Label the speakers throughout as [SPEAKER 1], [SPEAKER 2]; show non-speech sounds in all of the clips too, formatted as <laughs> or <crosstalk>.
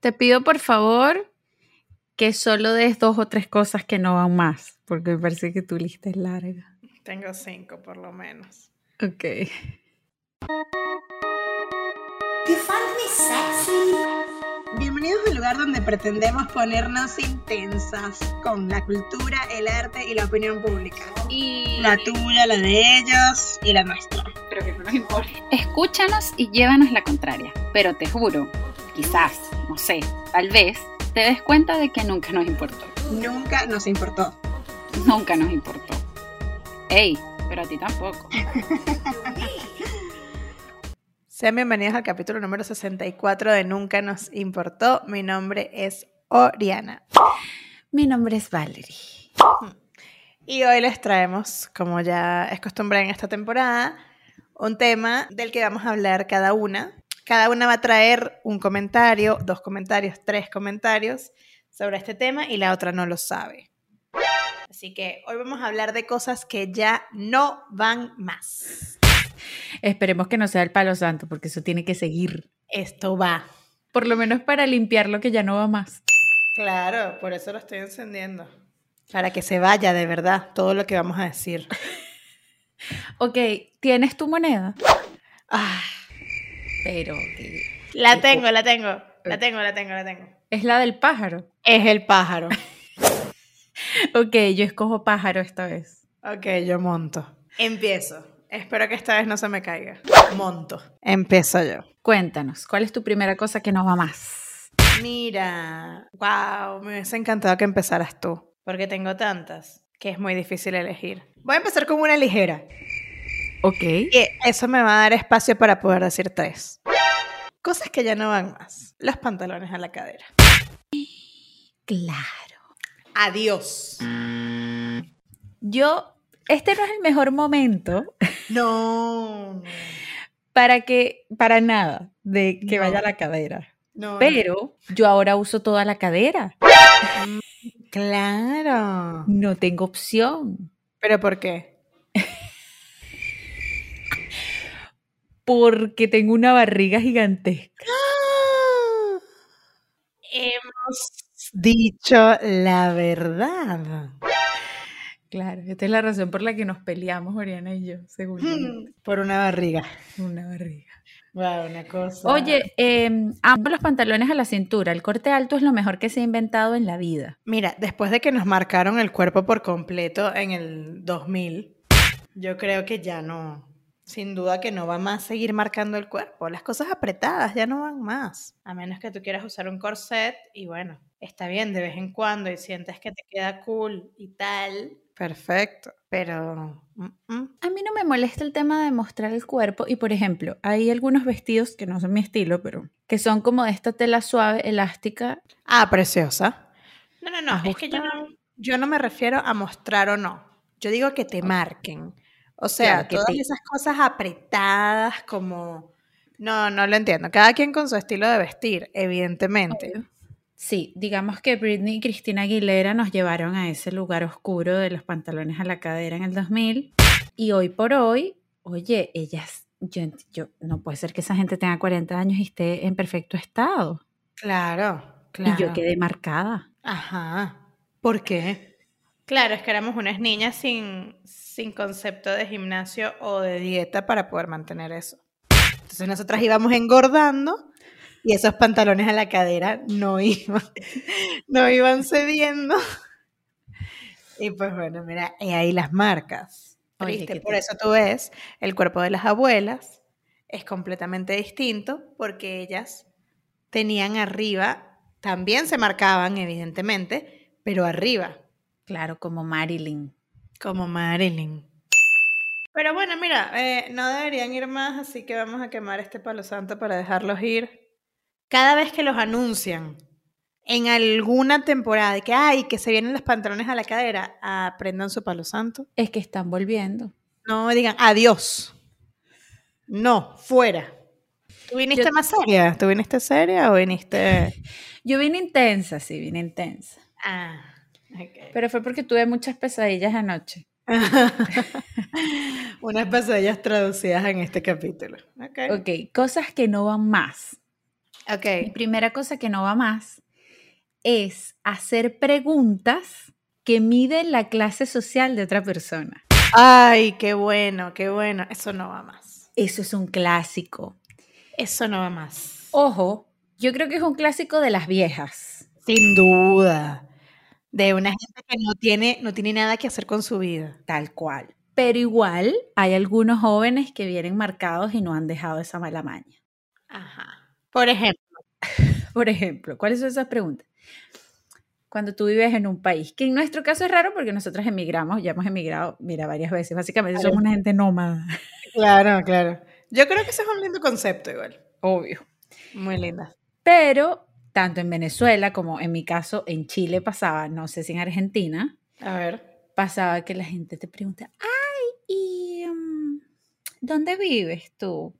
[SPEAKER 1] Te pido por favor que solo des dos o tres cosas que no van más, porque me parece que tu lista es larga.
[SPEAKER 2] Tengo cinco por lo menos.
[SPEAKER 1] Ok.
[SPEAKER 3] You find me sexy.
[SPEAKER 4] Bienvenidos al lugar donde pretendemos ponernos intensas con la cultura, el arte y la opinión pública.
[SPEAKER 5] Y
[SPEAKER 4] La tuya, la de ellos y la nuestra.
[SPEAKER 5] pero que no nos importe.
[SPEAKER 6] Escúchanos y llévanos la contraria, pero te juro, quizás, no sé, tal vez, te des cuenta de que nunca nos importó.
[SPEAKER 4] Nunca nos importó.
[SPEAKER 6] Nunca nos importó. ¡Ey! Pero a ti tampoco.
[SPEAKER 2] Sean bienvenidos al capítulo número 64 de Nunca nos importó. Mi nombre es Oriana.
[SPEAKER 1] Mi nombre es Valerie.
[SPEAKER 2] Y hoy les traemos, como ya es costumbre en esta temporada, un tema del que vamos a hablar cada una. Cada una va a traer un comentario, dos comentarios, tres comentarios sobre este tema y la otra no lo sabe. Así que hoy vamos a hablar de cosas que ya no van más.
[SPEAKER 1] Esperemos que no sea el palo santo, porque eso tiene que seguir.
[SPEAKER 2] Esto va.
[SPEAKER 1] Por lo menos para limpiar lo que ya no va más.
[SPEAKER 2] Claro, por eso lo estoy encendiendo. Para que se vaya de verdad todo lo que vamos a decir.
[SPEAKER 1] Ok, ¿tienes tu moneda?
[SPEAKER 2] Ah,
[SPEAKER 1] Pero que-
[SPEAKER 2] la tengo, la tengo, la tengo, la tengo, la tengo.
[SPEAKER 1] es la del pájaro.
[SPEAKER 2] Es el pájaro.
[SPEAKER 1] Ok, yo escojo pájaro esta vez.
[SPEAKER 2] Ok, yo monto. Empiezo. Espero que esta vez no se me caiga. Monto. Empiezo yo.
[SPEAKER 1] Cuéntanos, ¿cuál es tu primera cosa que no va más?
[SPEAKER 2] Mira, wow, me hubiese encantado que empezaras tú, porque tengo tantas que es muy difícil elegir. Voy a empezar con una ligera,
[SPEAKER 1] Ok.
[SPEAKER 2] que eso me va a dar espacio para poder decir tres. Cosas que ya no van más. Los pantalones a la cadera.
[SPEAKER 1] Claro.
[SPEAKER 2] Adiós.
[SPEAKER 1] Yo, este no es el mejor momento
[SPEAKER 2] No.
[SPEAKER 1] para que, para nada, de que
[SPEAKER 2] No.
[SPEAKER 1] vaya a la cadera.
[SPEAKER 2] No.
[SPEAKER 1] Pero yo ahora uso toda la cadera.
[SPEAKER 2] Claro.
[SPEAKER 1] No tengo opción.
[SPEAKER 2] ¿Pero por qué?
[SPEAKER 1] Porque tengo una barriga gigantesca.
[SPEAKER 2] Hemos dicho la verdad.
[SPEAKER 1] Claro, esta es la razón por la que nos peleamos, Oriana y yo, seguramente.
[SPEAKER 2] Por una barriga.
[SPEAKER 1] Una barriga.
[SPEAKER 2] Wow, una cosa.
[SPEAKER 1] Oye, eh, amo los pantalones a la cintura. El corte alto es lo mejor que se ha inventado en la vida.
[SPEAKER 2] Mira, después de que nos marcaron el cuerpo por completo en el 2000, yo creo que ya no. Sin duda que no va más seguir marcando el cuerpo. Las cosas apretadas ya no van más. A menos que tú quieras usar un corset y bueno, está bien de vez en cuando y sientes que te queda cool y tal. Perfecto. Pero. mm, mm.
[SPEAKER 1] A mí no me molesta el tema de mostrar el cuerpo y, por ejemplo, hay algunos vestidos que no son mi estilo, pero que son como de esta tela suave, elástica.
[SPEAKER 2] Ah, preciosa. No, no, no. Es que yo
[SPEAKER 1] Ajustada.
[SPEAKER 2] no, yo no me refiero a mostrar o no. Yo digo que te marquen. O sea,
[SPEAKER 1] Claro, que
[SPEAKER 2] todas
[SPEAKER 1] te-
[SPEAKER 2] esas cosas apretadas como... No, no lo entiendo. Cada quien con su estilo de vestir, evidentemente.
[SPEAKER 1] Obvio. Sí, digamos que Britney y Cristina Aguilera nos llevaron a ese lugar oscuro de los pantalones a la cadera en el 2000. Y hoy por hoy, oye, ellas, yo, ent- yo- no puede ser que esa gente tenga 40 años y esté en perfecto estado.
[SPEAKER 2] Claro, claro.
[SPEAKER 1] Y yo quedé marcada.
[SPEAKER 2] Ajá. ¿Por qué? Claro, es que éramos unas niñas sin, sin concepto de gimnasio o de dieta para poder mantener eso. Entonces nosotras íbamos engordando y esos pantalones a la cadera no <laughs> iban, no iban cediendo. Y pues bueno, mira, y ahí las marcas.
[SPEAKER 1] Oye,
[SPEAKER 2] Triste,
[SPEAKER 1] qué
[SPEAKER 2] por eso tú ves, el cuerpo de las abuelas es completamente distinto porque ellas tenían arriba, también se marcaban, evidentemente, pero arriba,
[SPEAKER 1] Claro, como Marilyn.
[SPEAKER 2] como Marilyn. Pero bueno, mira, eh, no deberían ir más, así que vamos a quemar este palo santo para dejarlos ir. Cada vez que los anuncian en alguna temporada de que ay, que se vienen los pantalones a la cadera, aprendan su palo santo.
[SPEAKER 1] Es que están volviendo.
[SPEAKER 2] No digan adiós. No, fuera. ¿Tú viniste más seria? ¿Tú viniste seria o viniste.?
[SPEAKER 1] Yo vine intensa, sí, vine intensa.
[SPEAKER 2] Ah, ok.
[SPEAKER 1] Pero fue porque tuve muchas pesadillas anoche.
[SPEAKER 2] Unas pasadillas traducidas en este capítulo. Ok.
[SPEAKER 1] Ok, cosas que no van más. Mi
[SPEAKER 2] Ok.
[SPEAKER 1] primera cosa que no va más es hacer preguntas que miden la clase social de otra persona.
[SPEAKER 2] Ay, qué bueno, qué bueno. Eso no va más.
[SPEAKER 1] Eso es un clásico.
[SPEAKER 2] Eso no va más.
[SPEAKER 1] Ojo, yo creo que es un clásico de las viejas.
[SPEAKER 2] Sin duda. De una gente que no tiene, no tiene nada que hacer con su vida.
[SPEAKER 1] Tal cual. Pero igual hay algunos jóvenes que vienen marcados y no han dejado esa mala maña.
[SPEAKER 2] Ajá. Por ejemplo.
[SPEAKER 1] Por ejemplo, ¿cuáles son esas preguntas? Cuando tú vives en un país, que en nuestro caso es raro porque nosotros emigramos, ya hemos emigrado, mira, varias veces. Básicamente somos una gente nómada.
[SPEAKER 2] Claro, claro. Yo creo que ese es un lindo concepto igual.
[SPEAKER 1] Obvio.
[SPEAKER 2] Muy linda.
[SPEAKER 1] Pero tanto en Venezuela como en mi caso en Chile pasaba, no sé si en Argentina,
[SPEAKER 2] A ver.
[SPEAKER 1] pasaba que la gente te pregunta, ay, ¿y mm, dónde vives tú?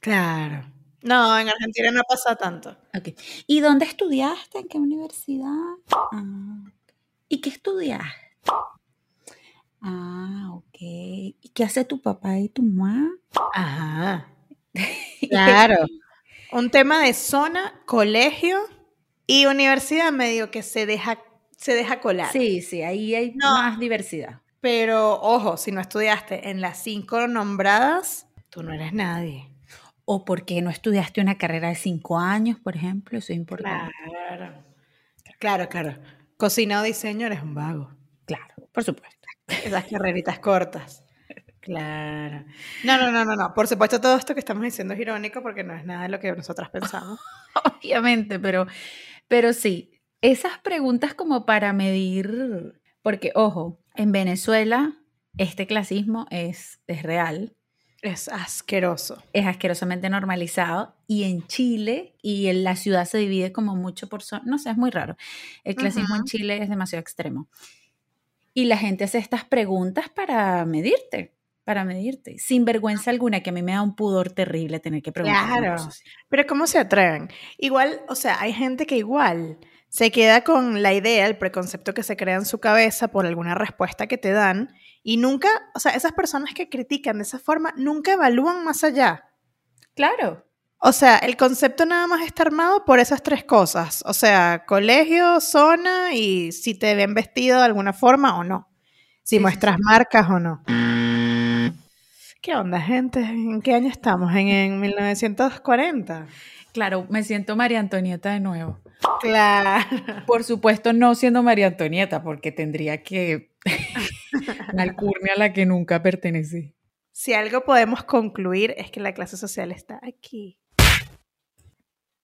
[SPEAKER 2] Claro. No, en Argentina no pasa tanto.
[SPEAKER 1] Ok. ¿Y dónde estudiaste? ¿En qué universidad? Ah, ok. ¿Y qué estudiaste? Ah, ok. ¿Y qué hace tu papá y tu mamá? <laughs>
[SPEAKER 2] Ajá. Claro. Un tema de zona, colegio y universidad medio que se deja, se deja colar.
[SPEAKER 1] Sí, sí, ahí hay
[SPEAKER 2] No.
[SPEAKER 1] más diversidad.
[SPEAKER 2] Pero ojo, si no estudiaste en las cinco nombradas, tú no eres nadie.
[SPEAKER 1] O porque no estudiaste una carrera de cinco años, por ejemplo, eso es importante.
[SPEAKER 2] Claro. Claro, claro. Cocinado diseño eres un vago.
[SPEAKER 1] Claro, por supuesto.
[SPEAKER 2] Esas carreritas cortas. Claro. No, no, no, no, no. Por supuesto, todo esto que estamos diciendo es irónico porque no es nada de lo que nosotras pensamos.
[SPEAKER 1] Obviamente, pero, pero sí, esas preguntas como para medir, porque ojo, en Venezuela este clasismo es, es real.
[SPEAKER 2] Es asqueroso.
[SPEAKER 1] es asquerosamente normalizado y en Chile y en la ciudad se divide como mucho por zonas, no sé, es muy raro. El clasismo en
[SPEAKER 2] Ujú.
[SPEAKER 1] Chile es demasiado extremo. Y la gente hace estas preguntas para medirte, para medirte, sin vergüenza alguna, que a mí me da un pudor terrible tener que preguntar.
[SPEAKER 2] Ah. Claro. Pero ¿cómo se atreven? Igual, o sea, hay gente que igual se queda con la idea, el preconcepto que se crea en su cabeza por alguna respuesta que te dan y nunca, o sea, esas personas que critican de esa forma nunca evalúan más allá.
[SPEAKER 1] Claro.
[SPEAKER 2] O sea, el concepto nada más está armado por esas tres cosas. O sea, colegio, zona y si te ven vestido de alguna forma o no.
[SPEAKER 1] Sí,
[SPEAKER 2] Si
[SPEAKER 1] sí,
[SPEAKER 2] muestras marcas o no. ¿Qué onda, gente? ¿En qué año estamos? ¿En, en 1940?
[SPEAKER 1] Claro, me siento María Antonieta de nuevo.
[SPEAKER 2] Claro.
[SPEAKER 1] Por supuesto, no siendo María Antonieta, porque tendría que... <laughs> la alcurnia a la que nunca pertenecí.
[SPEAKER 2] Si algo podemos concluir es que la clase social está aquí.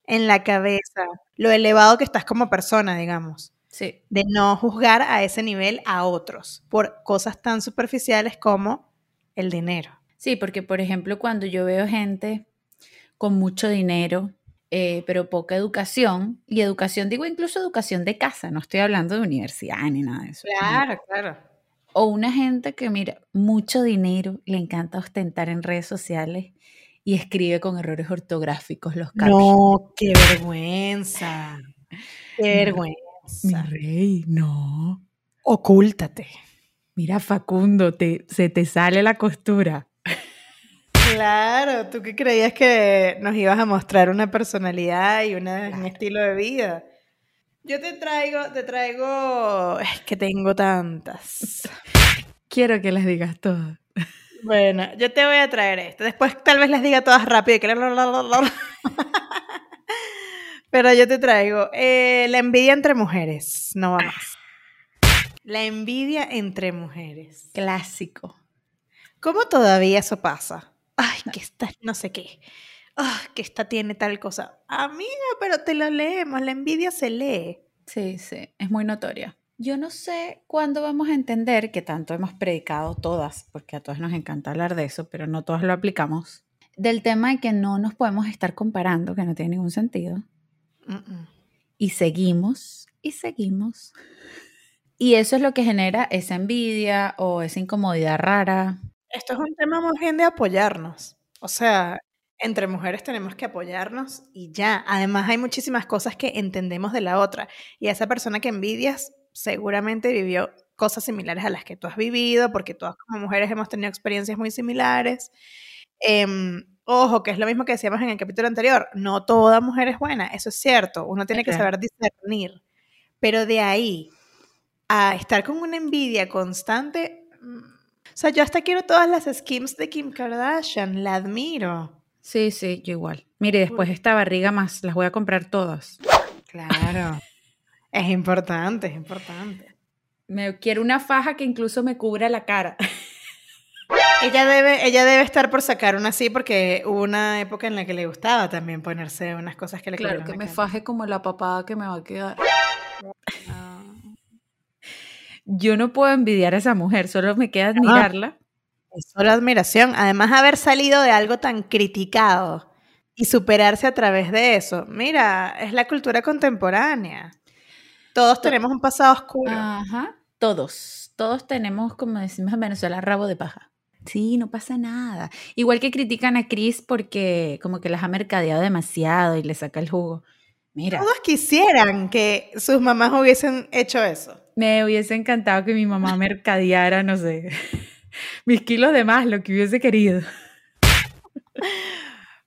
[SPEAKER 2] En la cabeza. Lo elevado que estás como persona, digamos.
[SPEAKER 1] Sí,
[SPEAKER 2] de no juzgar a ese nivel a otros por cosas tan superficiales como el dinero.
[SPEAKER 1] Sí, porque por ejemplo, cuando yo veo gente con mucho dinero, eh, pero poca educación, y educación, digo incluso educación de casa, no estoy hablando de universidad ni nada de eso.
[SPEAKER 2] claro.
[SPEAKER 1] O una gente que, mira, mucho dinero, le encanta ostentar en redes sociales y escribe con errores ortográficos los captions.
[SPEAKER 2] No, qué vergüenza. Qué
[SPEAKER 1] Mi
[SPEAKER 2] vergüenza.
[SPEAKER 1] rey, no.
[SPEAKER 2] Ocúltate.
[SPEAKER 1] Mira, Facundo, te, se te sale la costura.
[SPEAKER 2] Claro, tú que creías que nos ibas a mostrar una personalidad y una- un
[SPEAKER 1] Claro.
[SPEAKER 2] estilo de vida. Yo te traigo, te traigo, es que tengo tantas.
[SPEAKER 1] Quiero que las digas todas.
[SPEAKER 2] Bueno, yo te voy a traer esto. Después tal vez las diga todas rápido. que la, la, la, la, la. Pero yo te traigo eh, la envidia entre mujeres, no va más. La envidia entre mujeres.
[SPEAKER 1] Clásico.
[SPEAKER 2] ¿Cómo todavía eso pasa? Ay, que esta no sé qué. Ah, que esta tiene tal cosa. Amiga, pero te lo leemos, la envidia se lee.
[SPEAKER 1] Sí, sí, es muy notoria. Yo no sé cuándo vamos a entender que tanto hemos predicado todas, porque a todas nos encanta hablar de eso, pero no todas lo aplicamos, del tema de que no nos podemos estar comparando, que no tiene ningún sentido,
[SPEAKER 2] Mm, mm.
[SPEAKER 1] y seguimos, y seguimos. Y eso es lo que genera esa envidia o esa incomodidad rara.
[SPEAKER 2] Esto es un tema más bien de apoyarnos. O sea, entre mujeres tenemos que apoyarnos y ya. Además, hay muchísimas cosas que entendemos de la otra. Y a esa persona que envidias seguramente vivió cosas similares a las que tú has vivido, porque todas como mujeres hemos tenido experiencias muy similares. Em, Ojo, que es lo mismo que decíamos en el capítulo anterior, no toda mujer es buena, eso es cierto, uno tiene que
[SPEAKER 1] Claro.
[SPEAKER 2] saber discernir, pero de ahí a estar con una envidia constante, mm, o sea, yo hasta quiero todas las skims de Kim Kardashian, la admiro.
[SPEAKER 1] Sí, sí, yo igual. Mire, después esta barriga más, las voy a comprar todas.
[SPEAKER 2] Claro. <laughs> es importante, es importante.
[SPEAKER 1] Me quiero una faja que incluso me cubra la cara.
[SPEAKER 2] Ella debe, ella debe estar por sacar una así porque hubo una época en la que le gustaba también ponerse unas cosas que le
[SPEAKER 1] Claro,
[SPEAKER 2] cubrieran
[SPEAKER 1] que
[SPEAKER 2] la
[SPEAKER 1] me
[SPEAKER 2] cara.
[SPEAKER 1] faje como la papada que me va a quedar.
[SPEAKER 2] Ah.
[SPEAKER 1] Yo no puedo envidiar a esa mujer, solo me queda admirarla.
[SPEAKER 2] Es solo admiración. Además, haber salido de algo tan criticado y superarse a través de eso. Mira, es la cultura contemporánea. Todos tenemos un pasado oscuro.
[SPEAKER 1] Ah. Ajá. Todos, todos tenemos, como decimos en Venezuela, rabo de paja. Sí, no pasa nada. Igual que critican a Chris porque como que las ha mercadeado demasiado y le saca el jugo. Mira,
[SPEAKER 2] Todos quisieran que sus mamás hubiesen hecho eso.
[SPEAKER 1] me hubiese encantado que mi mamá mercadeara, no sé, <laughs> mis kilos de más, lo que hubiese querido.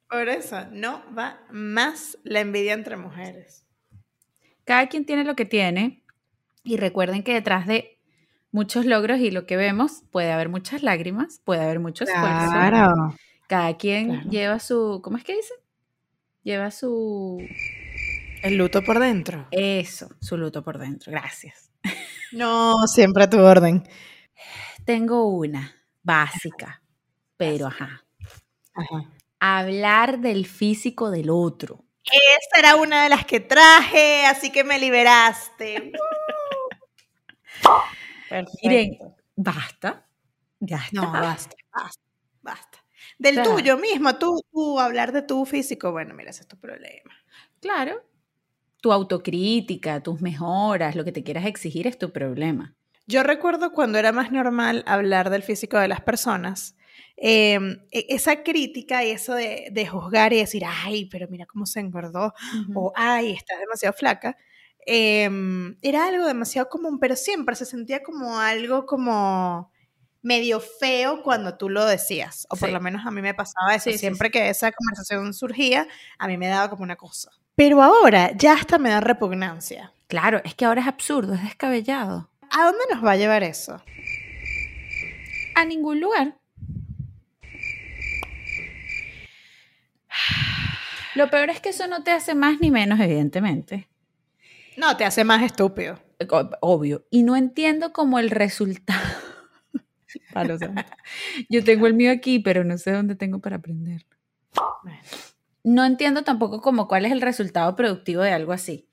[SPEAKER 2] Por eso, no va más la envidia entre mujeres.
[SPEAKER 1] cada quien tiene lo que tiene y recuerden que detrás de muchos logros y lo que vemos puede haber muchas lágrimas, puede haber mucho esfuerzo. Cada quien
[SPEAKER 2] Claro.
[SPEAKER 1] lleva su, ¿cómo es que dicen? Lleva su
[SPEAKER 2] El luto por dentro.
[SPEAKER 1] eso, su luto por dentro. Gracias.
[SPEAKER 2] No, siempre a tu orden.
[SPEAKER 1] Tengo una básica, pero ajá.
[SPEAKER 2] Ajá.
[SPEAKER 1] Hablar del físico del otro.
[SPEAKER 2] Esa era una de las que traje, así que me liberaste.
[SPEAKER 1] Miren, basta. Ya está.
[SPEAKER 2] No, basta, basta, basta. Del
[SPEAKER 1] Claro.
[SPEAKER 2] tuyo mismo, tú, tú hablar de tu físico, bueno, mira, ese es tu problema.
[SPEAKER 1] Claro. Tu autocrítica, tus mejoras, lo que te quieras exigir es tu problema.
[SPEAKER 2] Yo recuerdo cuando era más normal hablar del físico de las personas, eh, e- esa crítica y eso de, de juzgar y decir, ay, pero mira cómo se engordó, o ay, estás demasiado flaca, em, era algo demasiado común, pero siempre se sentía como algo como medio feo cuando tú lo decías, o por
[SPEAKER 1] Sí.
[SPEAKER 2] lo menos a mí me pasaba eso,
[SPEAKER 1] Sí, sí,
[SPEAKER 2] siempre que esa conversación surgía, a mí me daba como una cosa. Pero ahora ya hasta me da repugnancia.
[SPEAKER 1] Claro, es que ahora es absurdo, es descabellado.
[SPEAKER 2] ¿A dónde nos va a llevar eso?
[SPEAKER 1] A ningún lugar. Lo peor es que eso no te hace más ni menos, evidentemente.
[SPEAKER 2] No, te hace más estúpido.
[SPEAKER 1] O- eh, Obvio. Y no entiendo como el resultado. <laughs> Palo santo. Yo tengo el mío aquí, pero no sé dónde tengo para aprenderlo.
[SPEAKER 2] Bueno.
[SPEAKER 1] No entiendo tampoco como cuál es el resultado productivo de algo así.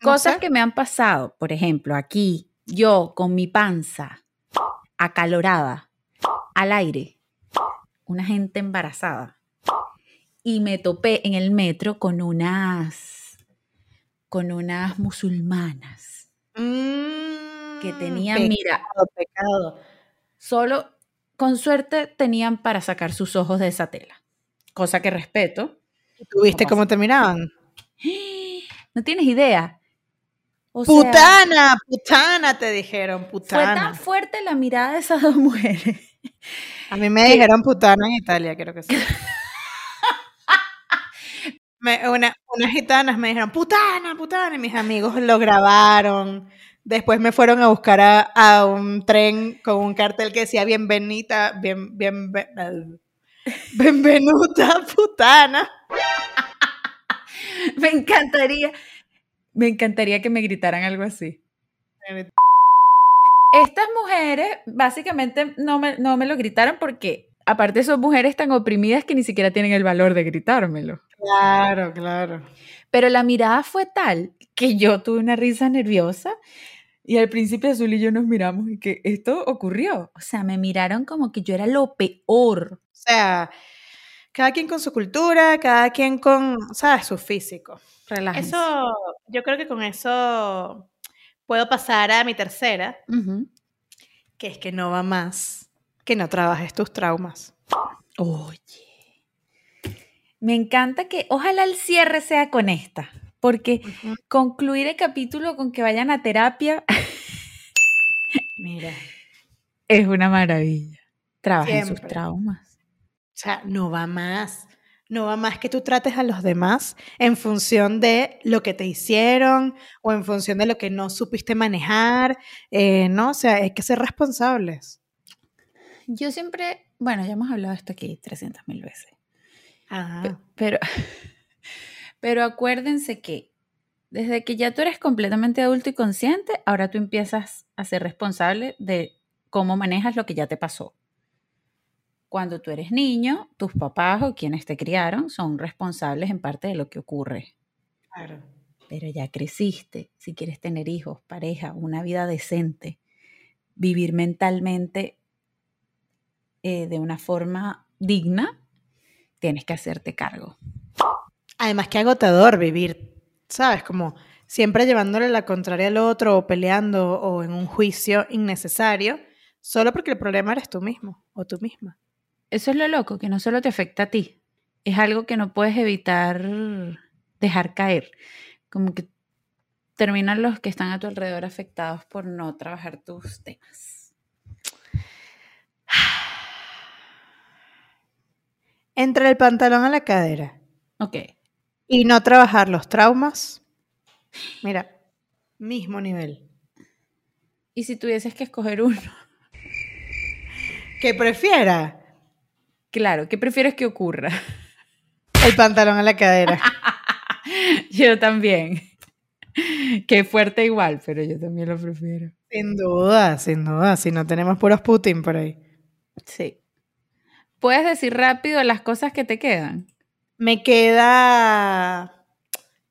[SPEAKER 2] No
[SPEAKER 1] Cosas
[SPEAKER 2] sé.
[SPEAKER 1] que me han pasado, por ejemplo, aquí, yo con mi panza acalorada, al aire, una gente embarazada, y me topé en el metro con unas, con unas musulmanas que
[SPEAKER 2] Mm,
[SPEAKER 1] tenían,
[SPEAKER 2] pecado,
[SPEAKER 1] mira,
[SPEAKER 2] pecado.
[SPEAKER 1] solo con suerte tenían para sacar sus ojos de esa tela, cosa que respeto,
[SPEAKER 2] ¿Y ¿Tú viste
[SPEAKER 1] No
[SPEAKER 2] cómo te miraban?
[SPEAKER 1] No tienes idea. O sea,
[SPEAKER 2] Putana, putana te dijeron,
[SPEAKER 1] fue tan
[SPEAKER 2] putana.
[SPEAKER 1] fuerte la mirada de esas <laughs> dos mujeres.
[SPEAKER 2] A mí me dijeron putana en Italia, creo que sí. <laughs> Me- una- unas gitanas me dijeron putana, putana, y mis amigos lo grabaron. Después me fueron a buscar a, a un tren con un cartel que decía bienvenita, bien, bien, bien- <laughs> bienvenuta, putana.
[SPEAKER 1] Me encantaría. Me encantaría que me gritaran algo así. Estas mujeres básicamente no me, no me lo gritaron porque aparte son mujeres tan oprimidas que ni siquiera tienen el valor de gritármelo.
[SPEAKER 2] Claro, claro.
[SPEAKER 1] Pero la mirada fue tal que yo tuve una risa nerviosa y al principio Azul y yo nos miramos y que esto ocurrió. O sea, me miraron como que yo era lo peor.
[SPEAKER 2] O sea, cada quien con su cultura, cada quien con, ¿sabes? Su físico.
[SPEAKER 1] Relájense.
[SPEAKER 2] Eso, yo creo que con eso puedo pasar a mi tercera,
[SPEAKER 1] Ujú.
[SPEAKER 2] que es que no va más, que no trabajes tus traumas.
[SPEAKER 1] Oye. Me encanta que, ojalá el cierre sea con esta, porque
[SPEAKER 2] Ujú.
[SPEAKER 1] concluir el capítulo con que vayan a terapia <laughs>
[SPEAKER 2] Mira.
[SPEAKER 1] es una maravilla. Trabajen sus
[SPEAKER 2] Siempre.
[SPEAKER 1] traumas.
[SPEAKER 2] O sea, no va más. No va más que tú trates a los demás en función de lo que te hicieron o en función de lo que no supiste manejar. eh, no, o sea, hay que ser responsables.
[SPEAKER 1] Yo siempre, bueno, ya hemos hablado de esto aquí 300 mil veces. Pe-
[SPEAKER 2] Ajá.
[SPEAKER 1] Pero, <laughs> pero acuérdense que desde que ya tú eres completamente adulto y consciente, ahora tú empiezas a ser responsable de cómo manejas lo que ya te pasó. Cuando tú eres niño, tus papás o quienes te criaron son responsables en parte de lo que ocurre.
[SPEAKER 2] Claro.
[SPEAKER 1] Pero ya creciste, si quieres tener hijos, pareja, una vida decente, vivir mentalmente eh, de una forma digna, tienes que hacerte cargo.
[SPEAKER 2] Además, que agotador vivir, ¿sabes? Como siempre llevándole la contraria al otro o peleando o en un juicio innecesario, solo porque el problema eres tú mismo o tú misma.
[SPEAKER 1] Eso es lo loco, que no solo te afecta a ti, es algo que no puedes evitar dejar caer. Como que terminan los que están a tu alrededor afectados por no trabajar tus temas.
[SPEAKER 2] Entre el pantalón a la cadera
[SPEAKER 1] Ok,
[SPEAKER 2] y no trabajar los traumas, mira, mismo nivel.
[SPEAKER 1] y si tuvieses que escoger uno, <laughs>
[SPEAKER 2] Que prefiera
[SPEAKER 1] claro, ¿qué prefieres que ocurra? <laughs>
[SPEAKER 2] el pantalón a la cadera. <laughs>
[SPEAKER 1] Yo también. <laughs> Qué fuerte igual, pero yo también lo prefiero.
[SPEAKER 2] sin duda, sin duda, si no tenemos puros Putin por ahí.
[SPEAKER 1] Sí. ¿Puedes decir rápido las cosas que te quedan?
[SPEAKER 2] Me queda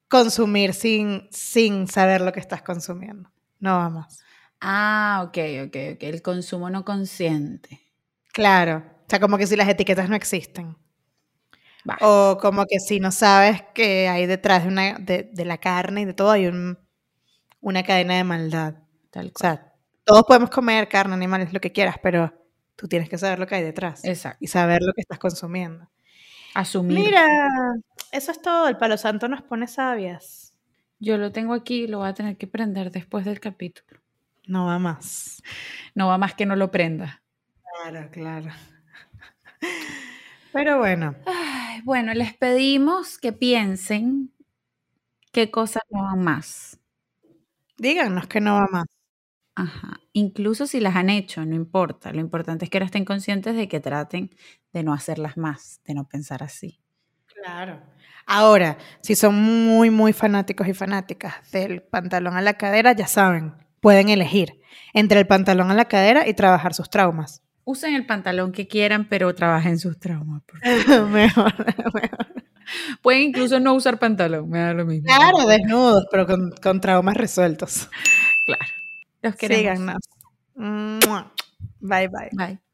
[SPEAKER 2] consumir sin, sin saber lo que estás consumiendo. No vamos.
[SPEAKER 1] Ah, ok, ok, ok. El consumo no consciente.
[SPEAKER 2] Claro. O sea, como que si las etiquetas no existen.
[SPEAKER 1] Va.
[SPEAKER 2] O como que si no sabes que hay detrás de, una, de, de la carne y de todo, hay un- una cadena de maldad.
[SPEAKER 1] Tal
[SPEAKER 2] O
[SPEAKER 1] cual.
[SPEAKER 2] sea, todos podemos comer carne, animales, lo que quieras, pero tú tienes que saber lo que hay detrás
[SPEAKER 1] Exacto.
[SPEAKER 2] y saber lo que estás consumiendo.
[SPEAKER 1] Asumir.
[SPEAKER 2] Mira, eso es todo. El palo santo nos pone sabias.
[SPEAKER 1] Yo lo tengo aquí y lo voy a tener que prender después del capítulo.
[SPEAKER 2] No va más.
[SPEAKER 1] No va más que no lo prenda.
[SPEAKER 2] Claro, claro. Pero bueno,
[SPEAKER 1] Ay, bueno, les pedimos que piensen qué cosas no van más.
[SPEAKER 2] díganos que no va más.
[SPEAKER 1] Ajá. Incluso si las han hecho, no importa. Lo importante es que ahora estén conscientes de que traten de no hacerlas más, de no pensar así.
[SPEAKER 2] Claro. Ahora, si son muy, muy fanáticos y fanáticas del pantalón a la cadera, ya saben, pueden elegir entre el pantalón a la cadera y trabajar sus traumas.
[SPEAKER 1] Usen el pantalón que quieran, pero trabajen sus traumas. por favor.
[SPEAKER 2] <laughs> Mejor, mejor.
[SPEAKER 1] Pueden incluso no usar pantalón, me da lo mismo.
[SPEAKER 2] Claro, desnudos, pero con, con traumas resueltos.
[SPEAKER 1] Claro. Los queremos.
[SPEAKER 2] Síganos. Mua. Bye, bye.
[SPEAKER 1] Bye.